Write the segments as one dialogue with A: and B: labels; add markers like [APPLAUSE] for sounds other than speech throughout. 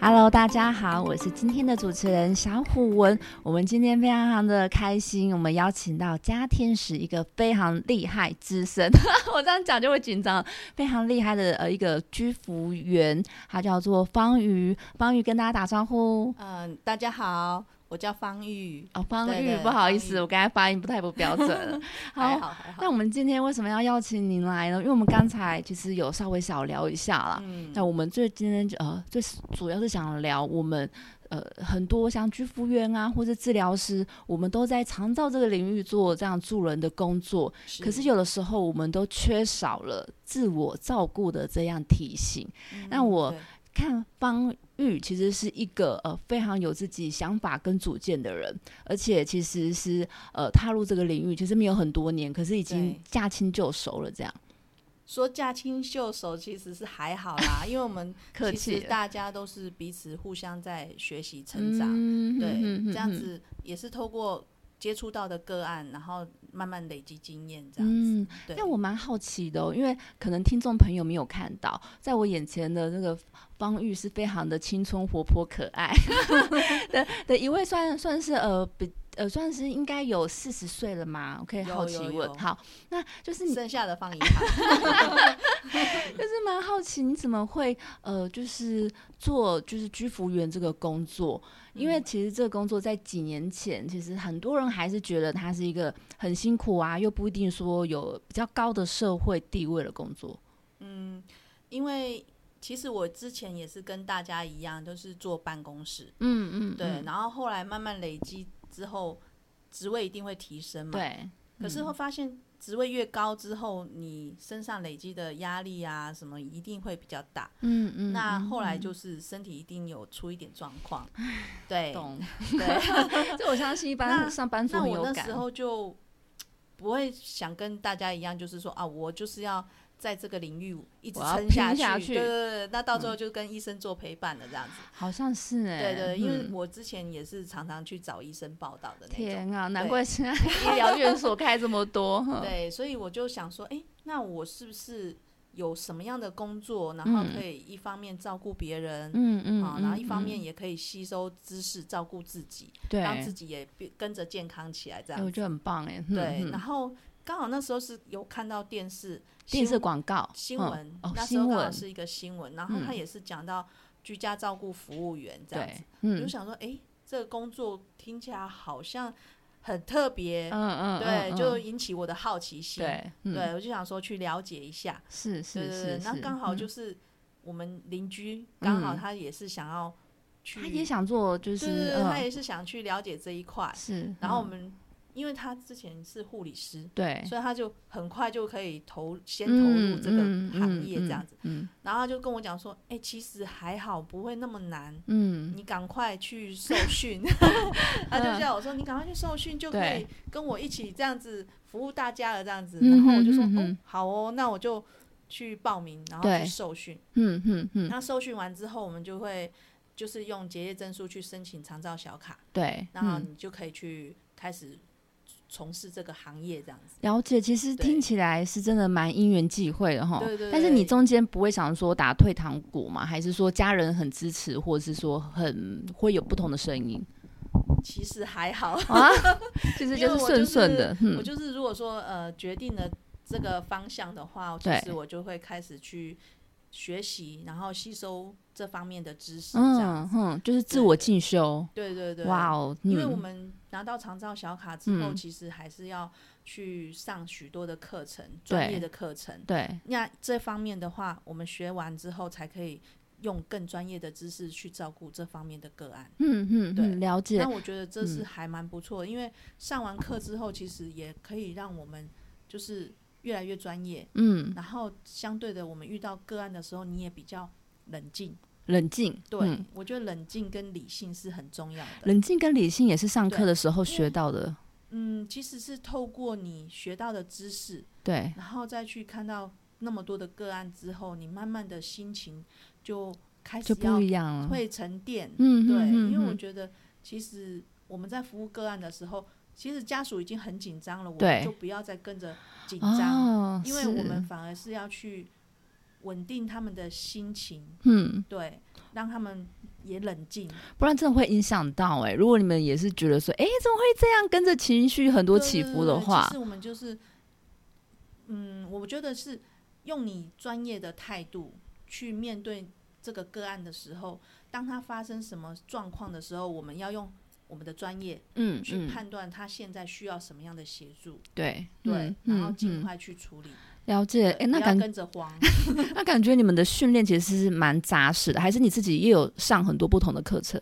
A: Hello，大家好，我是今天的主持人小虎文。我们今天非常的开心，我们邀请到家天使一个非常厉害资深， [LAUGHS] 我这样讲就会紧张，非常厉害的呃一个居服员，他叫做方瑜。方瑜跟大家打招呼。
B: 嗯，大家好，我叫方玉，
A: 哦，方
B: 对
A: 瑜，
B: 对
A: 不好意
B: 方
A: 思，
B: 瑜
A: 我刚才发音不太不标
B: [LAUGHS]
A: 准。
B: 还好还好
A: 那。我们今天为什么要邀请您来呢？因为我们刚才其实有稍微小聊一下啦。
B: 嗯
A: 那我们最今天就呃最主要是想聊我们呃很多像居服员啊或者治疗师，我们都在长照这个领域做这样助人的工作，可是有的时候我们都缺少了自我照顾的这样提醒。
B: 嗯
A: 那我
B: 对
A: 看方玉其实是一个呃非常有自己想法跟主见的人，而且其实是呃踏入这个领域其实没有很多年，可是已经
B: 对
A: 驾轻就熟了，这样
B: 说驾轻就熟其实是还好
A: [LAUGHS]
B: 啦，因为我们
A: 客
B: 其
A: 气
B: 实
A: 了
B: 大家都是彼此互相在学习成长，
A: 嗯
B: 对，
A: 哼哼哼
B: 这样
A: 哼
B: 子也是透过接触到的个案，然后慢慢累积经验这样子。
A: 嗯，
B: 对，
A: 但我蛮好奇的、哦，因为可能听众朋友没有看到，在我眼前的那个方玉是非常的青春活泼可爱 [LAUGHS] 的的一位算，算是呃比呃算是应该有四十岁了嘛？我可以
B: 有
A: 好奇
B: 有
A: 问，
B: 有
A: 好，那就是你
B: 剩下的放银行，
A: 就是蛮好奇，你怎么会呃，就是做就是居服员这个工作？因
B: 嗯
A: 为其实这个工作在几年前，其实很多人还是觉得它是一个很辛苦啊，又不一定说有比较高的社会地位的工作。
B: 因为其实我之前也是跟大家一样，都是坐办公室，
A: 嗯嗯，
B: 对，
A: 嗯
B: 然后后来慢慢累积之后，职位一定会提升嘛。
A: 对，嗯
B: 可是会发现，职位越高之后，你身上累积的压力啊，什么一定会比较大。
A: 嗯嗯，
B: 那
A: 嗯
B: 后来就是身体一定有出一点状
A: [LAUGHS]
B: 况，对
A: 懂，
B: 对。
A: [LAUGHS] 这我相信一般
B: 那
A: 上班族
B: 那
A: 很
B: 我
A: 有
B: 那
A: 感
B: 时。候就不会想跟大家一样，就是说啊，我就是要。在这个领域一直
A: 我要
B: 撑
A: 拼
B: 下去，
A: 下去嗯
B: 对对对，那到最后就跟医生做陪伴了这样子。
A: 好像是哎、
B: 对对，因为
A: 嗯
B: 我之前也是常常去找医生报道的那种。
A: 天啊，难
B: 对
A: 怪现在医疗院所开这么多。哼
B: 对，所以我就想说，诶，那我是不是有什么样的工作，然后
A: 嗯
B: 可以一方面照顾别人，
A: 嗯嗯，
B: 啊，然后
A: 嗯
B: 一方
A: 嗯
B: 面也可以吸收知识，照顾自己，
A: 对，
B: 让自己也变跟着健康起来，这
A: 哎
B: 样
A: 我
B: 子。
A: 觉得很棒哎、嗯
B: 对，
A: 嗯
B: 然后刚好那时候是有看到电视
A: 电
B: 新
A: 视广告、
B: 新
A: 嗯
B: 闻，
A: 哦，
B: 那时
A: 新
B: 候刚好
A: 闻嗯
B: 是一个新闻，然后他也是讲到居家照顾服务员这样子
A: 对，，
B: 我就
A: 嗯
B: 想说，诶，这个工作听起来好像很特别，
A: 嗯嗯，
B: 对，
A: 嗯
B: 就
A: 嗯
B: 引起我的好奇心。
A: 对，嗯
B: 对，我就想说去了解一下。
A: 是是
B: 对对
A: 是
B: 对，
A: 是，
B: 那刚好
A: 嗯
B: 就是我们邻居，刚好
A: 嗯
B: 他也是想要去，
A: 他也想做，就
B: 对对
A: 是
B: 对，他
A: 嗯
B: 也是想去了解这一块。
A: 是，
B: 然后我
A: 嗯
B: 们，因为他之前是护理师，
A: 对
B: 所以他就很快就可以投先投入
A: 嗯
B: 这个
A: 嗯
B: 行
A: 嗯
B: 业这
A: 嗯
B: 样子。
A: 嗯
B: 然后他就跟我讲说，哎，其实还好，不会那么难。
A: 嗯，
B: 你赶快去受
A: [LAUGHS]
B: 训，他就叫我说你赶快去受训，就可以
A: 对
B: 跟我一起这样子服务大家了这样子。
A: 嗯
B: 然后我就说
A: 哼哼
B: 哦
A: 哼
B: 好哦，那我就去报名，然后
A: 对
B: 去受训。
A: 嗯嗯嗯，
B: 那受训完之后，我们就会就是用结业证书去申请长照小卡，
A: 对，
B: 然后
A: 嗯
B: 你就可以去开始从事这个行业这样子。
A: 了解，其实
B: 对
A: 听起来是真的蛮因缘际会的哈。
B: 对对
A: 但是你
B: 对
A: 中间不会想说打退堂鼓吗？还是说家人很支持，或者是说很会有不同的声音 [LAUGHS]
B: 其实还好，
A: 啊？其实
B: 因为
A: 是
B: 我
A: 顺
B: 就
A: 顺
B: 是
A: 的，
B: [LAUGHS]
A: 嗯
B: 我就是如果说呃决定了这个方向的话，其
A: 对
B: 实我就会开始去学习，然后吸收这方面的知识，这样。
A: 嗯哼，就是自
B: 对
A: 我
B: 对
A: 进修。
B: 对对对，
A: 哇哦，
B: 因为我
A: 嗯
B: 们拿到长照小卡之后，
A: 嗯
B: 其实还是要去上许多的课程，专业的课程。
A: 对，
B: 那这方面的话，我们学完之后才可以用更专业的知识去照顾这方面的个案。
A: 嗯嗯
B: 对
A: 嗯，了解
B: 那，我觉得这是
A: 嗯
B: 还蛮不错的，因为上完课之后，其实也可以让我们就是越来越专业，
A: 嗯，
B: 然后相对的，我们遇到个案的时候，你也比较冷静。
A: 冷静，
B: 对，
A: 嗯
B: 我觉得冷静跟理性是很重要的。
A: 冷静跟理性也是上课
B: 对
A: 的时候学到的，
B: 嗯，其实是透过你学到的知识，
A: 对，
B: 然后再去看到那么多的个案之后，你慢慢的心情就开始
A: 就不
B: 要
A: 一样了，
B: 会沉淀。
A: 嗯，
B: 对，
A: 嗯
B: 因为我
A: 嗯
B: 觉得其实我们在服务个案的时候，其实家属已经很紧张了，我
A: 对
B: 们就不要再跟着紧
A: 嗯
B: 张，
A: 哦，
B: 因为我
A: 是
B: 们反而是要去稳定他们的心情，
A: 嗯，
B: 对，让他们也冷静。
A: 不然真的会影响到哎、如果你们也是觉得说，哎、怎么会这样，跟着情绪很多
B: 对
A: 起
B: 对
A: 伏
B: 对
A: 的
B: 对
A: 话
B: 其，实我们就是，嗯，我觉得是用你专业的态度去面对这个个案的时候，当他发生什么状况的时候，我们要用我们的专业
A: 嗯
B: 去
A: 嗯，
B: 判断他现在需要什么样的协助，
A: 对
B: 对，
A: 嗯
B: 然后
A: 嗯
B: 尽
A: 嗯
B: 快去处理。
A: 了解。哎、
B: 对
A: 那
B: 不要
A: 感
B: 跟着
A: [LAUGHS]
B: 慌，
A: 那感觉你们的训练其实是蛮扎实的，还是你自己也有上很多不同的课程？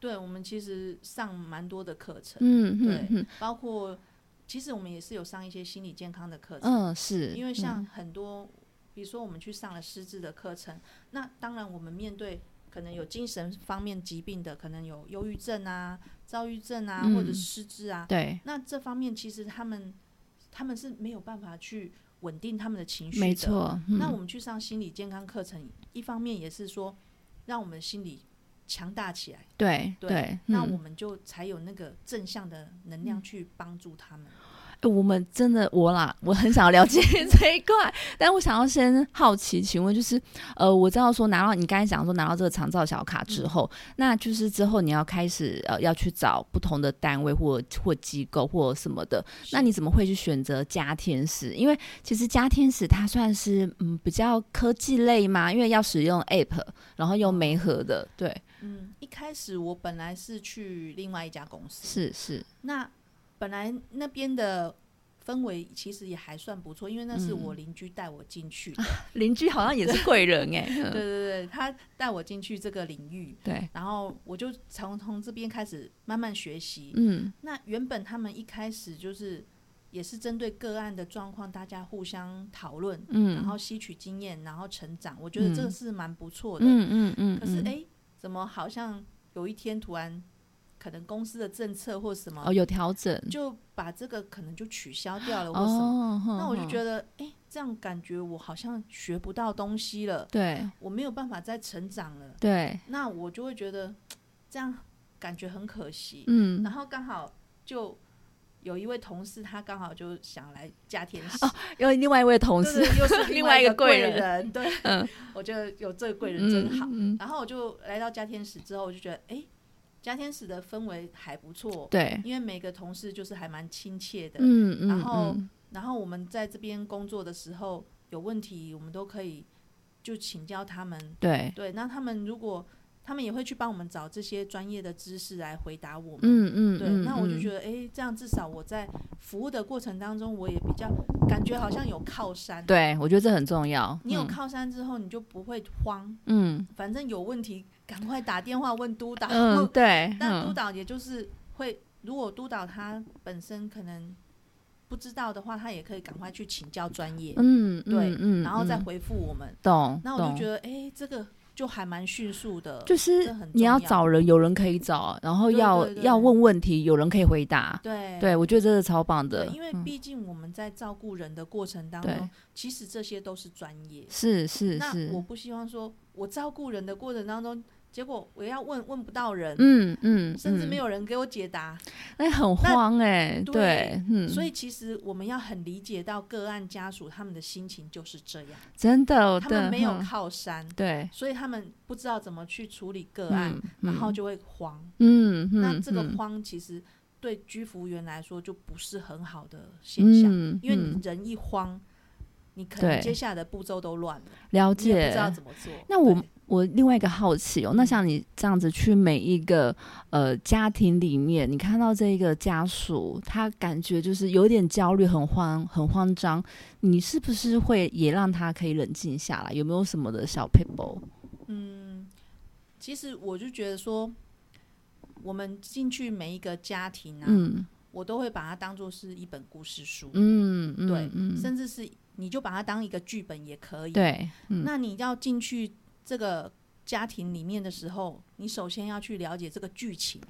B: 对我们其实上蛮多的课程，
A: 嗯嗯
B: 对
A: 嗯
B: 包括其实我们也是有上一些心理健康的课程，
A: 嗯，是，
B: 因为
A: 嗯
B: 像很多，比如说我们去上了师资的课程，那当然我们面对可能有精神方面疾病的，可能有忧郁症啊、躁郁症啊，或者
A: 嗯
B: 失智啊，
A: 对，
B: 那这方面其实他们他们是没有办法去稳定他们的情绪的。
A: 没错，嗯
B: 那我们去上心理健康课程，一方面也是说让我们心理强大起来，
A: 对
B: 对
A: 对，
B: 那
A: 嗯
B: 我们就才有那个正向的能量去帮助他们。嗯
A: 欸我们真的我啦，我很想要了解 [LAUGHS] 这一块，但我想要先好奇，请问就是，呃，我知道说拿到你刚才讲说拿到这个长照小卡之后，那就是之后你要开始呃要去找不同的单位或或机构或什么的，那
B: 是
A: 你怎么会去选择家天使？因为其实家天使它算是嗯比较科技类嘛，因为要使用 app，然后又媒合的，对，
B: 嗯，一开始我本来是去另外一家公司，
A: 是是，
B: 那本来那边的氛围其实也还算不错，因为那是
A: 嗯
B: 我邻居带我
A: [LAUGHS]
B: 进去的。
A: 邻居好像也是贵人哎、 [LAUGHS] 欸，
B: 对
A: 嗯
B: 对对，他带我进去这个领域，
A: 对，
B: 然后我就从从这边开始慢慢学习。
A: 嗯
B: 那原本他们一开始就是也是针对个案的状况，大家互相讨论，然
A: 嗯
B: 后吸取经验，然后成长。我觉得这个是蛮不错的。
A: 嗯嗯嗯，
B: 可是
A: 嗯
B: 哎、诶怎么好像有一天突然，可能公司的政策或什么，
A: 哦，有调整。
B: 就把这个可能就取消掉了或什么。
A: 哦，
B: 那我就觉
A: 得
B: 得，哎、这样感觉我好像学不到东西了，
A: 对
B: 我没有办法再成长了。
A: 对，
B: 那我就会觉得这样感觉很可惜。
A: 嗯，
B: 然后刚好就有一位同事，他刚好就想来加天使，
A: 因为另外一位同
B: 对
A: 事，
B: 对，又是
A: 哦 [LAUGHS] 另外
B: 外
A: 一个
B: 个
A: 贵人
B: 人，对，
A: 嗯
B: 我觉得有这个贵人真好。
A: 嗯，嗯
B: 然后我就来到加天使之后，我就觉得，哎、加天使的氛围还不错，
A: 对，
B: 因为每个同事就是还蛮亲切的，
A: 嗯嗯，
B: 然后
A: 嗯
B: 然后我们在这边工作的时候有问题，我们都可以就请教他们。
A: 对，
B: 对，那他们如果他们也会去帮我们找这些专业的知识来回答我们。
A: 嗯嗯，
B: 对，
A: 嗯
B: 那我就
A: 嗯
B: 觉得，哎，这样至少我在服务的过程当中，我也比较感觉好像有靠山。
A: 对，我觉得这很重要。
B: 你有
A: 嗯
B: 靠山之后，你就不会慌，
A: 嗯
B: 反正有问题赶快打电话问督导。
A: 嗯，对，
B: [LAUGHS] 但督
A: 嗯
B: 导也就是会，如果督导他本身可能不知道的话，他也可以赶快去请教专业，
A: 嗯
B: 对
A: 嗯嗯，
B: 然后再
A: 嗯
B: 回复我们。
A: 懂，
B: 那我就
A: 懂
B: 觉得，哎，这个就还蛮迅速的。
A: 就是
B: 这很
A: 你
B: 重
A: 要
B: 要
A: 找人，有人可以找，然后
B: 对
A: 要
B: 对对
A: 要问问题，有人可以回答。
B: 对
A: 对，我觉得这是超棒的，
B: 对因为
A: 嗯
B: 毕竟我们在照顾人的过程当
A: 对
B: 中，其实这些都是专业。
A: 是是
B: 那
A: 是
B: 我，不希望说我照顾人的过程当中，结果我要问问不到人，
A: 嗯嗯，
B: 甚至没
A: 有，
B: 有人给我解答。
A: 哎，很
B: 那
A: 慌哎，
B: 对
A: 对，嗯，
B: 所以其实我们要很理解到个案家属他们的心情就是这样，
A: 真的，
B: 他
A: 对
B: 们没有
A: 嗯
B: 靠山，
A: 对，
B: 所以他们不知道怎么去处理个案，然后就会慌。
A: 嗯，嗯
B: 那这个
A: 嗯
B: 慌其实对居服员来说就不是很好的现象，
A: 嗯，
B: 因为
A: 嗯
B: 你人一慌，你可能
A: 对
B: 接下来的步骤都乱了，
A: 了
B: 你也不知道
A: 解。
B: 怎么做。
A: 那我
B: 对
A: 我另外一个好奇哦，那
B: 嗯
A: 像你这样子去每一个呃家庭里面，你看到这一个家属，他感觉就是有点焦虑、很慌、很慌张，你是不是会也让他可以冷静下来？有没有什么的小 p a p e
B: 嗯，其实我就觉得说，我们进去每一个家庭啊，
A: 嗯
B: 我都会把它当做是一本故事书，
A: 嗯嗯，
B: 对，
A: 嗯
B: 甚至是你就把它当一个剧本也可以。
A: 对， [LAUGHS] 嗯
B: 那你要进去这个家庭里面的时候，你首先要去了解这个剧情，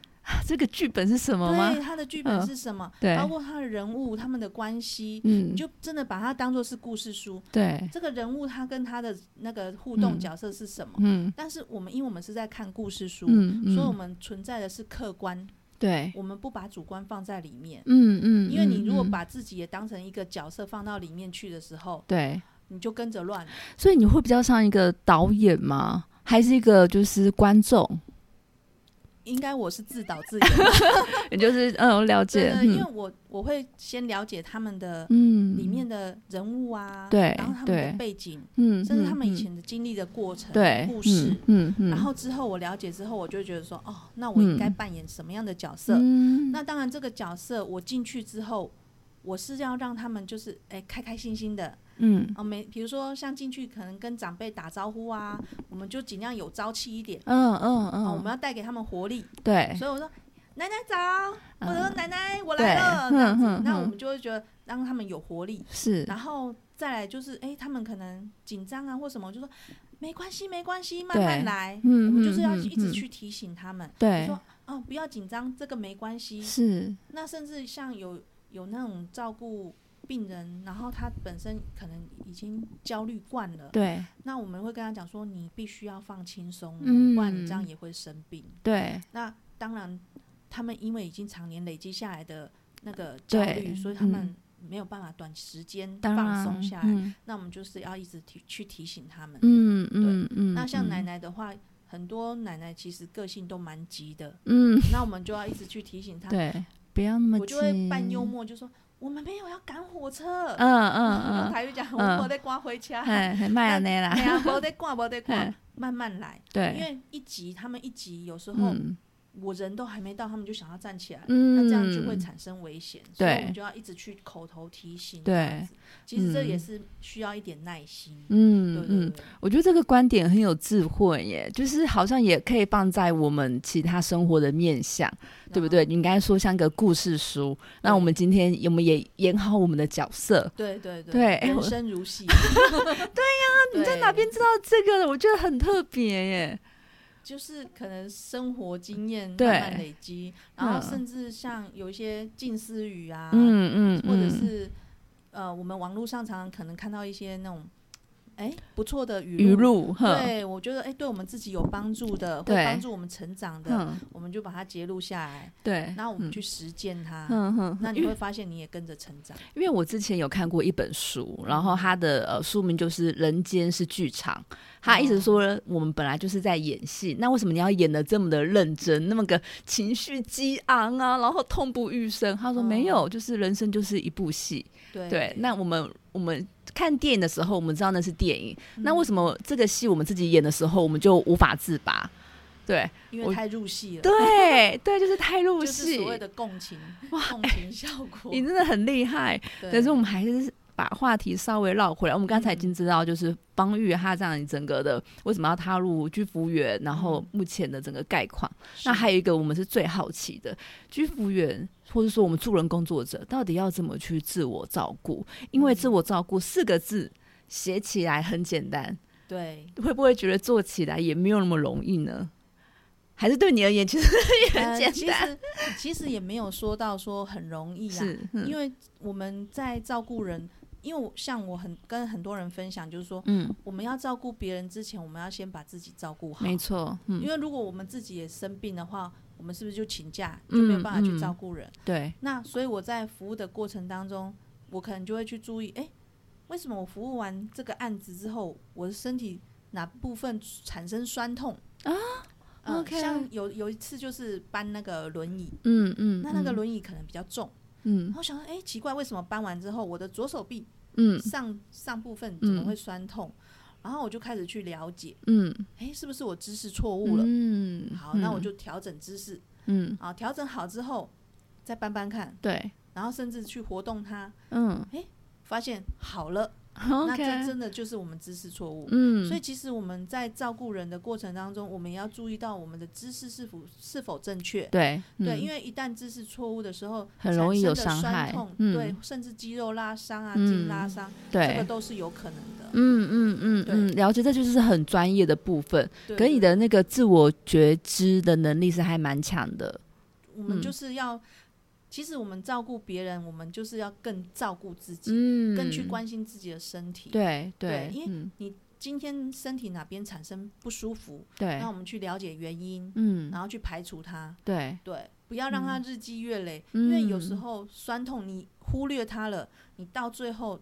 A: 这个剧本是什么吗
B: 对，？它的剧本
A: 嗯
B: 是什么，
A: 对
B: 包括他的人物、他们的关系，
A: 嗯
B: 你，就真的把它当做是故事书。
A: 对，
B: 这个人物他跟他的那个互动
A: 嗯
B: 角色是什么？
A: 嗯
B: 但是我们因为我们是在看故事书，
A: 嗯嗯，
B: 所以我们存在的是客观，
A: 对，
B: 我们不把主观放在里面。
A: 嗯嗯，
B: 因为你如果
A: 嗯嗯
B: 把自己也当成一个角色放到里面去的时候，
A: 对
B: 你就跟着乱了。
A: 所以你会比较像一个导演吗？还是一个就是观众？
B: 应该我是自导自演，
A: 也就是嗯，了
B: 对
A: 解，
B: 对，因为
A: 嗯
B: 我我会先了解他们的
A: 嗯，
B: 里面的人物啊，
A: 对
B: 然后他们
A: 对
B: 的背景，
A: 嗯，
B: 甚至
A: 嗯
B: 他们以
A: 嗯
B: 前的经历的过程、
A: 对
B: 故事。
A: 嗯嗯嗯，
B: 然后之后我了解之后，我就会觉得说，哦，那我应该
A: 嗯
B: 扮演什么样的角色？
A: 嗯
B: 那当然，这个角色我进去之后，我是要让他们就是哎开开心心的
A: 嗯
B: 哦，没比如说像进去可能跟长辈打招呼啊，我们就尽量有朝气一点
A: 嗯嗯
B: 啊、哦，我们
A: 嗯，
B: 要带给他们活力。
A: 对，
B: 所以我说奶奶早，我说
A: 嗯
B: 奶奶我
A: 对，
B: 来了，这样
A: 嗯
B: 子
A: 嗯
B: 那我
A: 嗯，
B: 们就会觉得让他们有活力，
A: 是，
B: 然后再来就是哎他们可能紧张啊或什么，我就说没关系没关系，慢
A: 对
B: 慢来，
A: 嗯
B: 我们就
A: 嗯
B: 是要
A: 嗯
B: 一直
A: 嗯
B: 去提醒他们。
A: 对，
B: 说哦，不要紧张，这个没关系。
A: 是，
B: 那甚至像有有那种照顾病人，然后他本身可能已经焦虑惯了，
A: 对
B: 那我们会跟他讲说，你必须要放轻松哦，
A: 嗯
B: 不然你这样也会生病。
A: 对
B: 那当然，他们因为已经常年累积下来的那个焦
A: 对
B: 虑，所以他们没有办法短时间放松下来。
A: 嗯
B: 那我们就是要一直提去提醒他们。
A: 嗯嗯嗯，
B: 那像
A: 嗯
B: 奶，奶的话，很多奶奶其实个性都蛮急的，
A: 嗯，
B: 那我们就要一直去提醒她。
A: 对，不要那么
B: 我就会扮幽
A: 急，
B: 默，就说我们没有要赶火车， [LAUGHS]
A: 嗯
B: 用
A: 嗯嗯，
B: 台语讲，我
A: 嗯
B: 们没在赶火车，哎
A: 哎，麦亚内啦，
B: 呀，没在赶，没在赶
A: 嘿，
B: 慢慢来，因
A: 对，
B: 为一急，他们一急，有时候
A: 嗯
B: 我人都还没到，他们就想要站起来，
A: 嗯，
B: 那这样就会产生危险，所以
A: 对
B: 我们就要一直去口头提醒，
A: 对
B: 这样子，其实这
A: 嗯
B: 也是需要一点耐心，对
A: 嗯
B: 对
A: 嗯
B: 对，，对
A: 我觉得这个观点很有智慧耶，就是好像也可以放在我们其他生活的面向，对不？对？
B: 然后
A: 你应该说像个故事书。那我们今天我们也演好我们的角色。
B: 对对对
A: 对哎我
B: 人生
A: [LAUGHS]
B: 如戏。对呀，
A: 你在哪边知道这个的？我觉得很特别耶。
B: 就是可能生活经验慢
A: 对
B: 慢累积，然
A: 嗯
B: 后甚至像有一些近似语啊，
A: 嗯嗯，
B: 或者
A: 嗯
B: 是呃，我们网络上常常可能看到一些那种哎、不错的语
A: 语录，哼，
B: 对我觉得哎、对我们自己有帮助的，会
A: 对
B: 帮助我们成长的，
A: 哼，
B: 我们就把它截录下来，
A: 对，
B: 然后我们
A: 嗯
B: 去实践它。
A: 哼哼，
B: 那
A: 哼
B: 你会发现你也跟着成长，
A: 因为我之前有看过一本书，然后它的
B: 嗯
A: 呃书名就是《人间是剧场》，他一直说我们本来就是在演戏，那为什么你要演的这么的认真，那么个情绪激昂啊，然后痛不欲生？他说
B: 哦
A: 没有，就是人生就是一部戏。
B: 对
A: 对，那我们我们看电影的时候，我们知道那是电影，那为
B: 我
A: 什么这个戏我们自己演的时候，我们就无法自拔？对
B: 因
A: 我
B: 为太入戏了，
A: 对 [LAUGHS] 对，就是太入
B: 就是
A: 戏
B: 所，谓的共情，共情效果。
A: 你真的很厉害。
B: 对
A: 但是我们还是把话题稍微绕回来。我们刚才已
B: 嗯
A: 经知道，就是邦玉他这样一整个的为什么要踏入居服员，然后目前的整个概况。那
B: 是
A: 还有一个我们嗯是最好奇的，居服员或者说我们助人工作者到底要怎么去自我照顾？因为
B: 嗯
A: 自我照顾四个字写起来很简单，
B: 对，
A: 会不会觉得做起来也没有那么容易呢？还是对你而言，其实也 [LAUGHS] 很
B: 呃
A: 简单，
B: 其实其实也没有说到说很容易啊，
A: 是，嗯
B: 因为我们在照顾人，因为我像我很跟很多人分享，就是说
A: 嗯，
B: 我们要照顾别人之前，我们要先把自己照顾好。
A: 没错，嗯
B: 因，为如果我们自己也生病的话，我们是不是就请假，就没有办法
A: 嗯
B: 去照顾人？
A: 对，
B: 那所以我在服务的过程当中，我可能就会去注意，哎、为什么我服务完这个案子之后，我的身体哪部分产生酸痛
A: 啊
B: 呃
A: OK
B: 像有有一次就是搬那个轮椅，
A: 嗯嗯，
B: 那那个
A: 嗯
B: 轮椅可能比较重，
A: 嗯
B: 然后想说，哎、奇怪，为什么搬完之后我的左手臂
A: 嗯
B: 上上部分怎么
A: 嗯
B: 会酸痛？然后我就开始去了解，
A: 嗯，
B: 哎、是不是我姿势错误了？
A: 嗯，
B: 好，那我
A: 嗯
B: 就调整姿势
A: 嗯，
B: 啊，调整好之后再搬搬看，
A: 对，
B: 然后甚至去活动它，
A: 嗯
B: 发现好了，那
A: ，OK，
B: 这真的就是我们姿势错误。
A: 嗯，
B: 所以其实我们在照顾人的过程当中，我们也要注意到我们的姿势是否是否正确。
A: 对
B: 对，因
A: 为
B: 为一旦姿势错误的时候，
A: 嗯很容易有
B: 产生的
A: 伤害
B: 酸痛，
A: 嗯
B: 对，甚至肌肉拉伤啊、
A: 嗯
B: 筋拉伤，这个
A: 对。
B: 都是有可能的。
A: 嗯嗯嗯
B: 对
A: 嗯，了解，这就是很专业的部分。
B: 对
A: 可是你
B: 对
A: 的那个自我觉知的能力是还蛮强的。
B: 我们
A: 嗯
B: 就是要，其实我们照顾别人，我们就是要更照顾自己，
A: 嗯
B: 更去关心自己的身体。，
A: 对
B: 对因为
A: 嗯
B: 今天身体哪边产生不舒服，
A: 对
B: 那，我们去了解原因，
A: 嗯
B: 然后去排除它。
A: 对，
B: 对，不要让它日
A: 嗯
B: 积月累，因为有时候酸痛你忽略它了，你到最后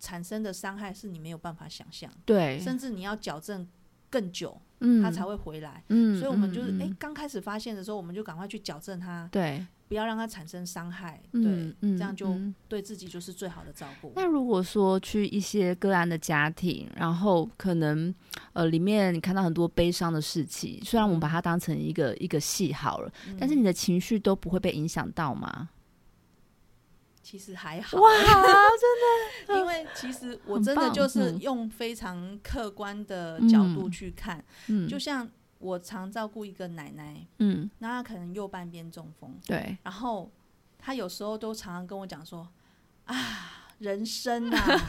B: 产生的伤害是你没有办法想象，
A: 对，
B: 甚至你要矫正更久，
A: 嗯，
B: 它才会回来。
A: 嗯，
B: 所以我们就是
A: 嗯
B: 哎
A: 嗯，
B: 刚、开始发现的时候，我们就赶快去矫正它，
A: 对，
B: 不要让它产生伤害。
A: 嗯
B: 对，
A: 嗯，
B: 这样就
A: 嗯
B: 对自己就是最好的照顾。
A: 那如果说去一些个案的家庭，然后可能呃里面你看到很多悲伤的事情，虽
B: 嗯
A: 然我们把它当成一个一个戏好了，但是你的情绪都不会被影响到吗？
B: 其实还好，
A: 哇，真
B: 因为其实我
A: 嗯很
B: 真的
A: 棒
B: 就是
A: 嗯
B: 用非常客观的角度
A: 嗯
B: 去看，
A: [LAUGHS] 嗯，
B: 就像我常照顾一个奶奶，
A: 嗯，
B: 那她可能右半边中风，
A: 对，
B: 然后她有时候都常常跟我讲说啊，人
A: [LAUGHS]
B: 参啊，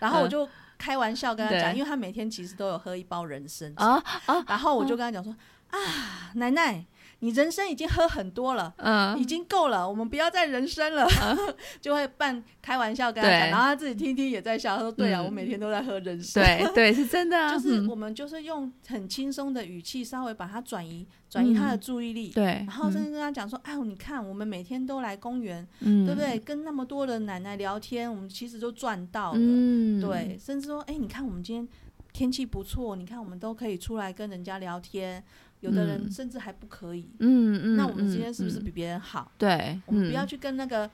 B: 然后我就开玩笑跟她讲，
A: 嗯对
B: 因为她每天其实都有喝一包人参，
A: 啊啊，
B: 然后我就跟她讲说啊，奶奶，你人参已经喝很多了。已
A: 嗯，
B: 经够了，我们不要再人生了， [LAUGHS] 就会半开玩笑跟他讲，
A: 啊对
B: 然后他自己听一听也在笑，他说：“对啊，
A: 嗯
B: 我每天都在喝人参。”，
A: 对对，是真的啊，
B: 就是
A: 嗯
B: 我们就是用很轻松的语气，稍微把他转移转移他的注意力，
A: 嗯对，
B: 然后甚
A: 嗯
B: 至跟他讲说：“哎呦，你看，我们每天都来公园，
A: 嗯，
B: 对不？对？跟那么多的奶奶聊天，我们其实都赚到了。
A: 嗯，
B: 对，甚至说，哎、你看我们今天天气不错，你看我们都可以出来跟人家聊天，有的人
A: 嗯
B: 甚至还不可以。
A: 嗯，嗯
B: 那我们今天是不是
A: 嗯
B: 比别人好？
A: 对？
B: 我们不要
A: 嗯
B: 去跟那个，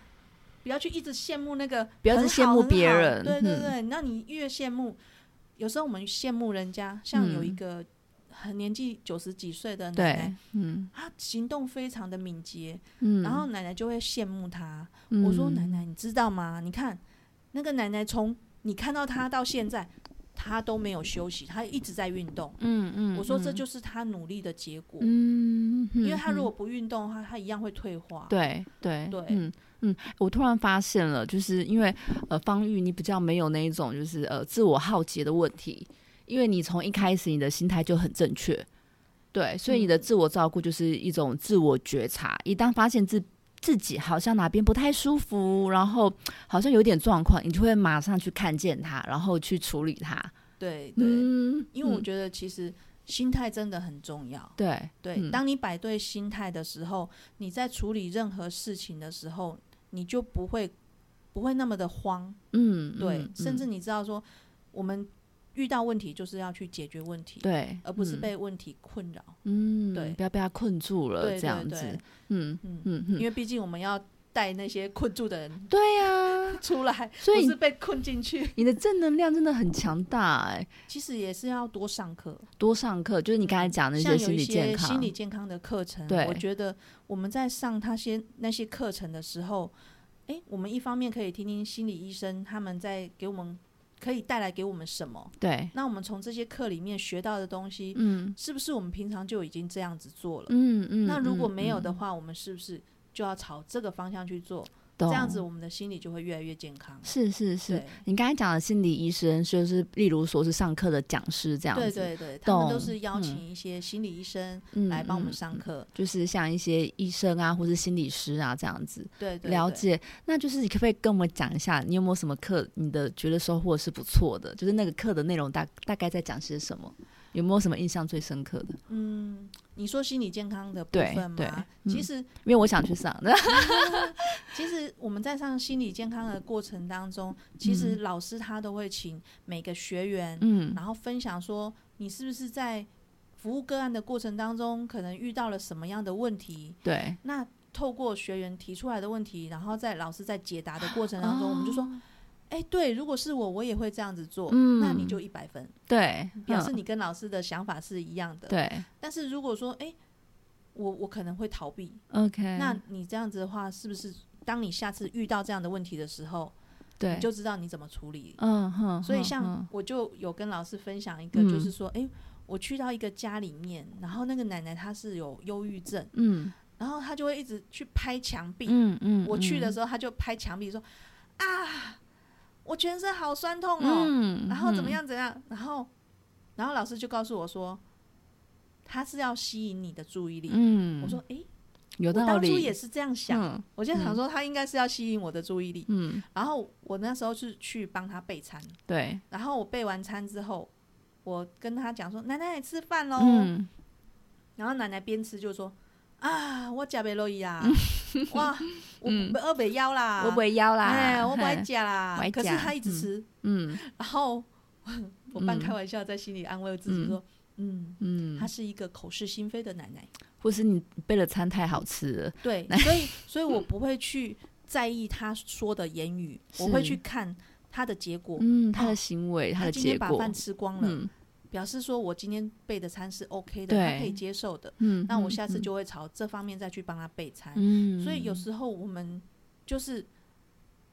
B: 不要去一直羡慕那个很好，
A: 不要一直羡慕
B: 很好
A: 别人
B: 对对
A: 嗯
B: 对，那你越羡慕，有时候我们羡慕人家，像有一
A: 嗯
B: 个很年纪九十几岁的奶奶
A: 对，，嗯
B: 她行动非常的敏捷，
A: 嗯，
B: 然后奶奶就会羡慕她。我说
A: 嗯
B: 奶，奶，你知道吗？你看那个奶奶从你看到她到现在，她都没有休息，她一直在运动。
A: 嗯嗯，
B: 我说这
A: 嗯
B: 就是她努力的结果，
A: 嗯，
B: 因为她
A: 嗯嗯
B: 如果不运动的话，她一样会退化。
A: 对对
B: 对
A: 嗯嗯，我突然发现了，就是因为呃，方玉你比较没有那一种就是呃自我浩劫的问题，因为你从一开始你的心态就很正确，对，所以你的
B: 嗯
A: 自我照顾就是一种自我觉察，一旦发现自自己好像哪边不太舒服，然后好像有点状况，你就会马上去看见它，然后去处理它。
B: 对对。
A: 嗯，
B: 因为我
A: 嗯
B: 觉得其实心态真的很重要。
A: 对
B: 对，
A: 嗯
B: 当你摆对心态的时候，你在处理任何事情的时候，你就不会不会那么的慌。
A: 嗯
B: 对，
A: 嗯
B: 甚
A: 嗯
B: 至你知道说，我们遇到问题就是要去解决问题，
A: 对，
B: 而不是
A: 嗯
B: 被问题困扰。
A: 嗯
B: 对
A: 不要被它困住了
B: 对
A: 这样
B: 对
A: 子
B: 对，，
A: 嗯
B: 嗯，
A: 嗯嗯
B: 因。为毕竟我们要带那些困住的人 [LAUGHS]
A: 对呀、
B: 出来，
A: 所以
B: 不是被困进去。 [LAUGHS]
A: 你的正能量真的很强大哎、
B: 其实也是要多上课。
A: 多上课，就是你刚才讲的那
B: 像
A: 些
B: 有
A: 心
B: 一
A: 理健
B: 些
A: 康，
B: 心理健康的课程，
A: 对
B: 我觉得我们在上他些那些课程的时候，诶，我们一方面可以听听心理医生他们在给我们可以带来给我们什么，
A: 对，
B: 那我们从这些课里面学到的东西，
A: 嗯
B: 是不是我们平常就已经这样子做了？
A: 嗯嗯。
B: 那如果
A: 嗯
B: 没有的
A: 嗯
B: 话，我们是不是就要朝这个方向去做？
A: 懂
B: 这样子我们的心理就会越来越健康。
A: 是是是
B: 对，
A: 你刚才讲的心理医生，就是例如说是上课的讲师这样
B: 对
A: 子，
B: 对对，他们都
A: 懂
B: 是邀
A: 嗯
B: 请一些心理医生
A: 嗯
B: 来帮我们
A: 嗯
B: 上课。
A: 就是像一些医生啊，或是心理师啊这样子。
B: 对对，
A: 了
B: 对
A: 解，那就是你可不可以跟我们讲一下，你有没有什么课，你的觉得收获是不错的？就是那个课的内容大大概在讲些什么？有没有什么印象最深刻的？
B: 嗯，你说心理健康的部
A: 对
B: 分吗？
A: 对嗯
B: 其实
A: 因为我想去上的。
B: 嗯其实我们在上心理健康的过程当中，其实老师他都会请每个学员，
A: 嗯，
B: 然后分享说你是不是在服务个案的过程当中，可能遇到了什么样的问题。
A: [LAUGHS] 对，
B: 那透过学员提出来的问题，然后在老师在解答的过程
A: 哦
B: 当中，我们就说，哎、对，如果是我，我也会这样子做，
A: 嗯
B: 那你就一百分，
A: 对，
B: 表示
A: 嗯
B: 你跟老师的想法是一样的。
A: 对
B: 但是如果说，哎、我我可能会逃避，
A: ，OK，
B: 那你这样子的话，是不是当你下次遇到这样的问题的时候，
A: 对
B: 你就知道你怎么处理？
A: 嗯哼，
B: 所以
A: 哼
B: 像
A: 哼
B: 我就有跟老师分享一个，
A: 嗯
B: 就是说，诶，我去到一个家里面，然后那个奶奶她是有忧郁症，
A: 嗯
B: 然后她就会一直去拍墙壁。
A: 嗯嗯，
B: 我去的
A: 时
B: 时候，她就拍墙壁说：“啊，我全身好酸痛哦，
A: 嗯，
B: 然后怎么
A: 嗯？
B: 样怎样，然后，然后老师就告诉我说，他是要吸引你的注意力。
A: 嗯，
B: 我说，诶，
A: 有
B: 我
A: 道
B: 当
A: 理，
B: 初也是这样想，
A: 嗯
B: 我就想说他应该是要吸引我的注意力，
A: 嗯，
B: 然后我那时候是去帮他备餐，
A: 对，
B: 然后我备完餐之后，我跟他讲说奶奶吃饭喽，
A: 嗯，
B: 然后奶奶边吃就说啊我假贝洛伊啊， [LAUGHS] 哇，我
A: 嗯
B: 二北腰啦，
A: 我不会腰啦，
B: 啊哎，我不爱
A: 嘿
B: 假
A: 不
B: 啦
A: 爱，
B: 可是
A: 吃
B: 他一直
A: 嗯
B: 吃，
A: 嗯
B: 然后 [LAUGHS] 我半开
A: 嗯
B: 玩笑在心里安慰自己
A: 嗯
B: 说，嗯，
A: 嗯
B: 她，是一个口是心非的奶奶，
A: 或是你备的餐太好吃了， [LAUGHS]
B: 对，所以所以我不会去在意她说的言语，我会
A: 是
B: 去看她的结果。
A: 嗯，他
B: 哦
A: 的行为，他
B: 她
A: 的
B: 今天
A: 结
B: 把
A: 果
B: 饭，吃光了，
A: 嗯
B: 表示说我今天备的餐是 OK 的，她可以
A: 对
B: 接受的。
A: 嗯，
B: 那我
A: 嗯
B: 下次，就会朝这方面再去帮她备餐。
A: 嗯，
B: 所以有时候我们就是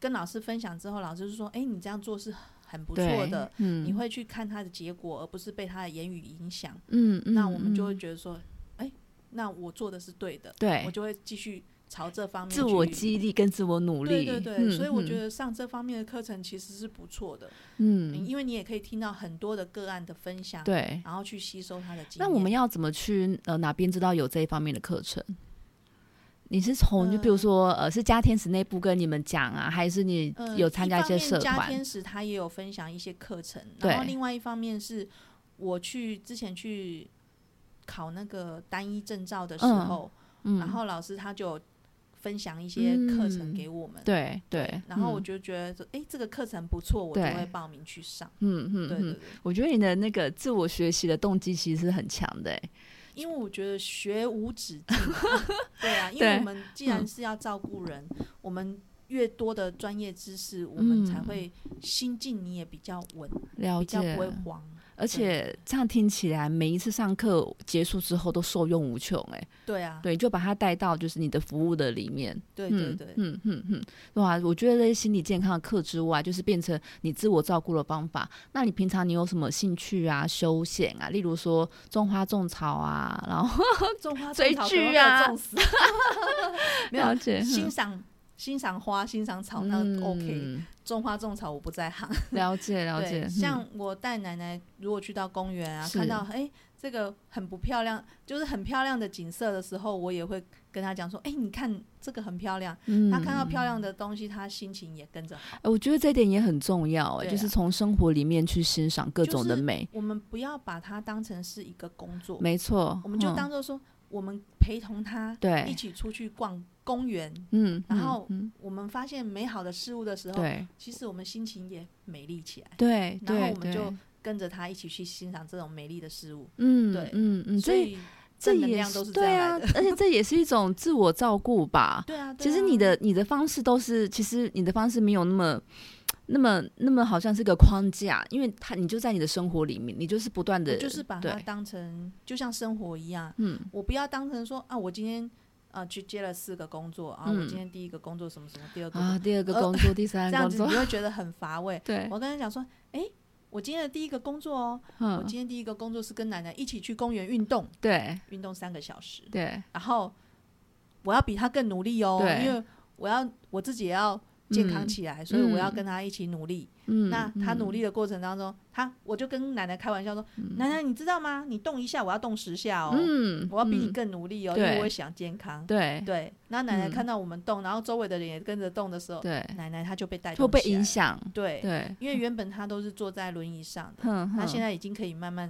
B: 跟老师分享之后，老师就说：“哎、你这样做是很不
A: 不
B: 错的。，
A: 嗯，
B: 你会去看他的结果，而不是被他的言语影响。
A: 嗯，嗯，
B: 那我们就会
A: 嗯
B: 觉得说：“哎、那我做的是对的。”我
A: 对
B: 就会继续朝这方面
A: 哎自我
B: 去
A: 激励跟自我努
B: 对
A: 力，
B: 对对，
A: 嗯
B: 所以我觉，
A: 嗯
B: 得上这方面的课程其实是不错的，
A: 嗯，
B: 因为你也可以听到很多的个案的分享，
A: 对。
B: 然后去吸收他的经
A: 那
B: 验。
A: 我们要怎么去呃哪边知道有这一方面的课程？你是从就比如说呃是家天使内部跟你们讲啊，还是你
B: 呃
A: 有参加
B: 一
A: 些社
B: 方面家
A: 团？
B: 天使他也有分享一些课程，
A: 对
B: 然后另外一方面是我去之前去考那个单一证照的时候，
A: 嗯，
B: 然后老师他就分享一些课程给我们，
A: 对对，
B: 然后我
A: 嗯
B: 就觉得说，哎、这个课程不错，我就
A: 对
B: 会报名去上。
A: 嗯嗯
B: 对
A: 嗯
B: 对对，
A: 我觉得你的那个自我学习的动机其实是很强的、欸，
B: 因为我觉得学无止境，
A: [LAUGHS]
B: 对啊，因为
A: 对
B: 我们既然
A: 嗯
B: 是要照顾人，我们。越多的专业知识，我们才
A: 嗯
B: 会心境你也比较稳，
A: 了
B: 比较
A: 解
B: 不。会慌。
A: 而且这样听起来，每一次上课结束之后都受用无穷、欸，
B: 对啊，
A: 对，就把它带到就是你的服务的里面。
B: 对对
A: 嗯
B: 对，
A: 嗯嗯嗯，哇！我觉得这些心理健康的课之外，就是变成你自我照顾的方法。那你平常你有什么兴趣啊、休闲啊？例如说种花、种草啊，然后
B: 种花
A: 追
B: 种草可能
A: 剧
B: 会把我
A: 啊 [LAUGHS]
B: 种死 [LAUGHS] 没有
A: 了解 [LAUGHS]
B: [LAUGHS] 欣赏欣赏花、欣赏草那 OK，
A: 啊嗯
B: 种花种草我不在行。
A: 了解了解
B: 对，。
A: 嗯
B: 像我带奶奶如果去到公园啊，
A: 是
B: 看到哎这个很不漂亮，就是很漂亮的景色的时候，我也会跟她讲说，哎，你看这个很漂亮。
A: 嗯
B: 她看到漂亮的东西，她心情也跟着好。
A: 哎我觉得这点也很重要、哎、
B: 对啊
A: 就是从生活里面去欣赏各种的
B: 就是
A: 美。
B: 我们不要把它当成是一个工作，
A: 没错，
B: 我们就
A: 嗯
B: 当做说我们陪同她
A: 对
B: 一起出去逛公园，
A: 嗯，
B: 然
A: 嗯
B: 后
A: 嗯
B: 我们发现美好的事物的时候，
A: 对
B: 其实我们心情也美丽起来，
A: 对，
B: 然后
A: 对
B: 我们就
A: 对
B: 跟着他一起去欣赏这种美丽的事物。
A: 嗯
B: 对
A: 嗯嗯，所
B: 所
A: 以
B: 以
A: 这
B: 正能
A: 也
B: 量都是这
A: 对
B: 样
A: 啊
B: 来的。，
A: 而且这也是一种自我照顾吧。
B: [LAUGHS] 对啊，对
A: 其实
B: 啊
A: 你的你的方式都是，其实你的方式没有那么。那么，那么好像是个框架，因为它你就在你的生活里面，你就是不断
B: 我
A: 的，
B: 就是把它
A: 对，
B: 当成就像生活一样，
A: 嗯，
B: 我不要当成说啊，我今天啊去接了四个工作啊，我
A: 嗯
B: 今天第一个工作什么什么，第二个工
A: 啊，
B: 作
A: 第二个
B: 呃
A: 工作，第三
B: [LAUGHS] 这
A: 个
B: 样
A: 工
B: 子你
A: 作，
B: 会觉得很乏味。
A: [LAUGHS] 对，
B: 我跟他讲说，哎，我今天的第一个工作哦，我
A: 嗯，
B: 今天第一个工作是跟奶奶一起去公园运动，
A: 对
B: 运动三个小时。
A: 对，
B: 然后我要比他更努力哦，
A: 对
B: 因为我要我自己也要健康起来，所以我要跟他一起努力。
A: 嗯，
B: 那他努
A: 力，
B: 力的过程当中，他我就跟奶奶开玩笑说：“奶奶，你知道吗？你动一下，我要动十下哦，
A: 嗯，
B: 我要比你
A: 嗯
B: 更努力哦，
A: 对
B: 因为我也想健康。
A: 对”
B: 对，那奶奶
A: 嗯
B: 看到我们动，然后周围的人也跟着动的时候，
A: 对，
B: 奶奶她就被带动
A: 会被
B: 起来
A: 影。响，
B: 对，
A: 对，嗯
B: 因为原本她都是坐在轮椅上的，
A: 哼
B: 她
A: 哼
B: 现在已经可以慢慢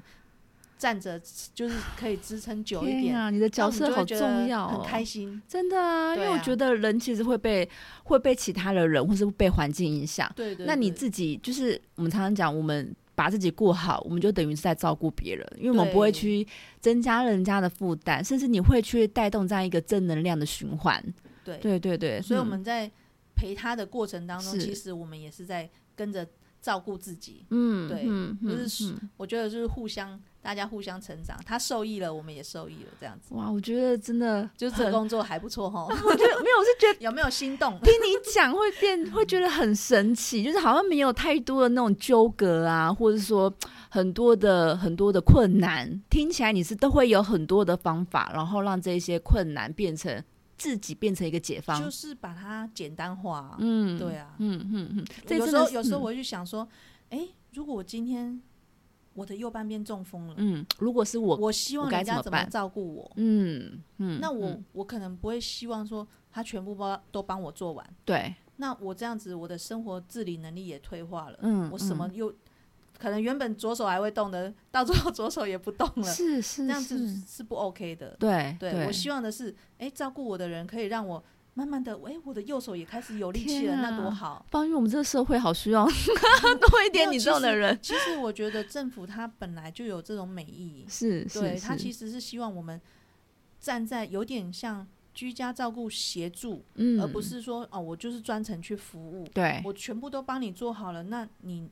B: 站着，就是可以支撑久一
A: 天
B: 点。
A: 啊，你的角
B: 那我
A: 色
B: 们
A: 好
B: 就会觉得
A: 重要
B: 很
A: 哦，
B: 开心。
A: 真的啊，因
B: 对
A: 为我
B: 啊
A: 觉得人其实会被会被其他的人或是被环境影响，
B: 对对，
A: 那你
B: 对
A: 自己就是我们常常讲，我们把自己顾好，我们就等于是在照顾别人，因为我们不会
B: 对
A: 去增加人家的负担，甚至你会去带动这样一个正能量的循环。
B: 对，
A: 对对对，
B: 所以我
A: 嗯
B: 们在陪他的过程当中，
A: 是
B: 其实我们也是在跟着照顾自己。
A: 嗯，
B: 对
A: 嗯，嗯
B: 就是
A: 嗯
B: 我觉得就是互相，大家互相成长，他受益了，我们也受益了，这样子。
A: 哇，我觉得真的
B: 就这
A: 很
B: 个工作还不
A: [LAUGHS]
B: 错哈，
A: 我觉得没有，我是觉得
B: 有没有心动？
A: 听你讲会变，会觉得很神奇，就是好像没有太多的那种纠葛啊，或者说很多的很多的困难，听起来你是都会有很多的方法，然后让这一些困难变成自己变成一个解放。
B: 就是把它简单化啊。
A: 嗯，
B: 对啊，
A: 嗯嗯嗯，这
B: 有
A: 真
B: 时
A: 的
B: 候
A: 是
B: 有时候我会去想说，哎，如果我今天我的右半边中风了，
A: 嗯，嗯如果是我，
B: 我希望
A: 我该
B: 人
A: 怎
B: 家
A: 么
B: 怎么
A: 办
B: 照顾我？
A: 嗯嗯，
B: 那我
A: 嗯
B: 我可能不会希望说他全部帮都帮我做完。
A: 对，
B: 那我这样子，我的生活自理能力也退化了。
A: 嗯，
B: 我什么
A: 嗯
B: 又、可能原本左手还会动的，到最后左手也不动了，
A: 是是
B: 这样子
A: 是
B: 是不 OK 的。
A: 对
B: 对我希望的是，哎、照顾我的人可以让我慢慢的，哎，我的右手也开始有力
A: 天
B: 气了，
A: 啊
B: 那多好！
A: 抱怨我们这个社会好需要 [LAUGHS] 多一点
B: 没
A: 你
B: 有
A: 这种
B: 其
A: 的
B: 实
A: 人，
B: 其实我觉得政府它本来就有这种美意，
A: 是
B: 对
A: 是
B: 它其
A: 是，
B: 实是希望我们站在有点像居家照顾协助，
A: 嗯
B: 而不是说哦，我就是专程去服务，
A: 对，
B: 我全部都帮你做好了，那你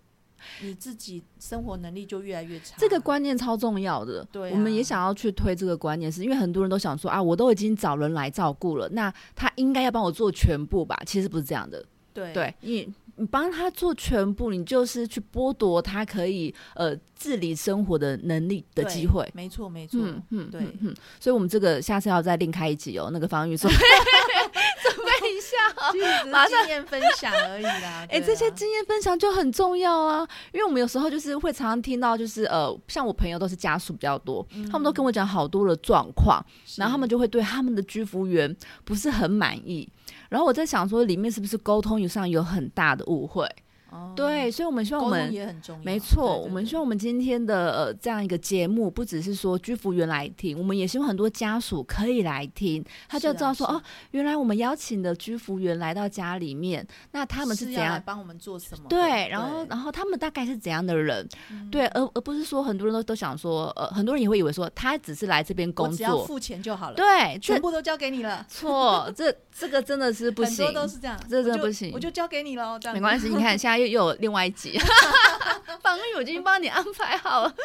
B: 你自己生活能力就越来越差。
A: 这个观念超重要的。
B: 对啊
A: 我们也想要去推这个观念是，因为很多人都想说啊，我都已经找人来照顾了，那他应该要帮我做全部吧？其实不是这样的。
B: 对
A: 对你，你帮他做全部，你就是去剥夺他可以呃自理生活的能力的
B: 对
A: 机会。
B: 没错没错，
A: 嗯嗯，
B: 对
A: 嗯嗯，所以我们这个下次要再另开一集哦。那个方玉说， [LAUGHS] 准备一下哦。
B: 其实只
A: 马
B: 是
A: 上
B: 经验分享而
A: [LAUGHS]
B: 已啦。
A: 哎、
B: 对
A: 这些
B: 啊
A: 经验分享就很重要啊，因为我们有时候就是会常常听到，就是呃，像我朋友都是家属比较多，他们都跟我讲好多的状况，然后他们就会对他们的居服员不是很满意。然后我在想说，里面是不是沟通上有很大的误会？
B: 哦
A: 对，所以我们希望我
B: 沟
A: 们
B: 通也很重要，
A: 没错，
B: 对对
A: 我们
B: 对
A: 希望我们今天的呃这样一个节目，不只是说居服员来听，我们也希望很多家属可以来听，他
B: 是
A: 就知
B: 啊
A: 道说、
B: 是
A: 哦，原来我们邀请的居服员来到家里面，那他们是
B: 是
A: 怎
B: 要来
A: 样？
B: 帮我们做什么的？嗯
A: 对，然后然后他们大概是怎样的人？对，而而不是说很多人都都想说，呃，很多人也会以为说他只是来这边
B: 我
A: 工
B: 只要
A: 作，
B: 付钱就好了，
A: 对，这
B: 全部都交给你了，
A: 错，这这个真的是不
B: 很
A: 行
B: 多，都是这样，
A: 这
B: 我
A: 真的
B: 就
A: 不行
B: 我就交给你了，这样
A: 没
B: 子
A: 关系，你看现在又又有另外一
B: [LAUGHS]
A: 集，反正我已经帮你安排好了。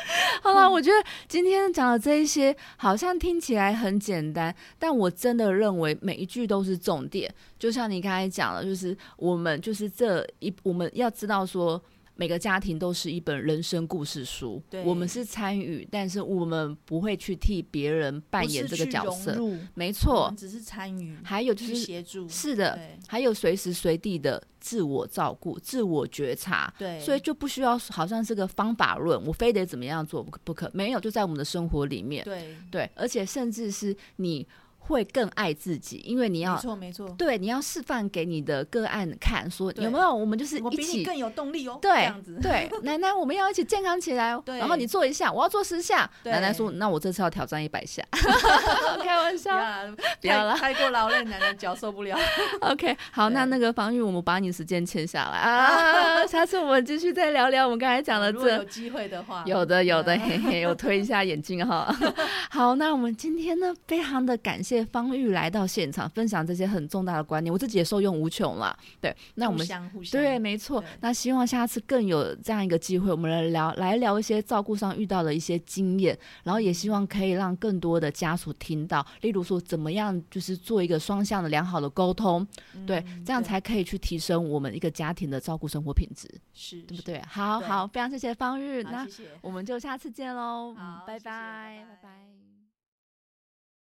A: 好了，我觉得今天讲的这一些好像听起来很简单，但我真的认为每一句都是重点。就像你刚才讲的，就是我们就是这一我们要知道说。每个家庭都是一本人生故事书
B: 对，
A: 我们是参与，但是我们不会去替别人扮演这个角，
B: 不是去
A: 色。
B: 融入
A: 没
B: 我
A: 错
B: 们，只是参与，
A: 还有就
B: 去
A: 是
B: 协助，
A: 是的，
B: 对
A: 还有随时随地的自我照顾、自我觉察，
B: 对，
A: 所以就不需要好像是个方法论，我非得怎么样做不可不可，没有就在我们的生活里面，
B: 对，
A: 对，而且甚至是你会更爱自己，因为你
B: 没
A: 要。
B: 错没错，
A: 对，你要示范给你的个案看，说
B: 对
A: 有没有我们就是
B: 我
A: 一
B: 比你
A: 起
B: 更有动力哦，
A: 对
B: 这样子，
A: 对 [LAUGHS] 奶奶，我们要一起健康起来哦。
B: 对
A: 然后你做一下，我要做十下。
B: 对
A: 奶奶说：“那我这次要挑战一百
B: [LAUGHS]
A: 下。” [LAUGHS] 开玩笑，
B: 呀，
A: 啊不要
B: 太
A: 啦
B: 太过劳累，奶奶脚受不了。
A: OK，好，那
B: 对
A: 那个防御，我们把你时间签下来
B: [LAUGHS]
A: 啊，下次我们继续再聊聊我们刚才 [LAUGHS] 讲的
B: 哦如果有
A: 这。
B: 机会的话，
A: 有的，有的， [LAUGHS] 嘿嘿，我推一下眼镜哈。 [LAUGHS] 好，那我们今天呢，非常的感谢方玉来到现场，分享这些很重大的观念，我自己也受用无穷啦。对，那我
B: 互
A: 们
B: 相互相
A: 对，没错
B: 对。
A: 那希望下次更有这样一个机会，我们来聊来聊一些照顾上遇到的一些经验，然后也希望可以让更多的家属听到，例如说怎么样就是做一个双向的良好的沟通，对，这样
B: 嗯对
A: 才可以去提升我们一个家庭的照顾生活品质，
B: 是，
A: 对不
B: 是？
A: 对？好
B: 对
A: 好，非常谢谢方日，
B: 好
A: 那
B: 谢谢。
A: 我们就下次见喽，嗯
B: 好
A: 拜
B: 谢谢拜
A: 拜，拜
B: 拜
A: 拜。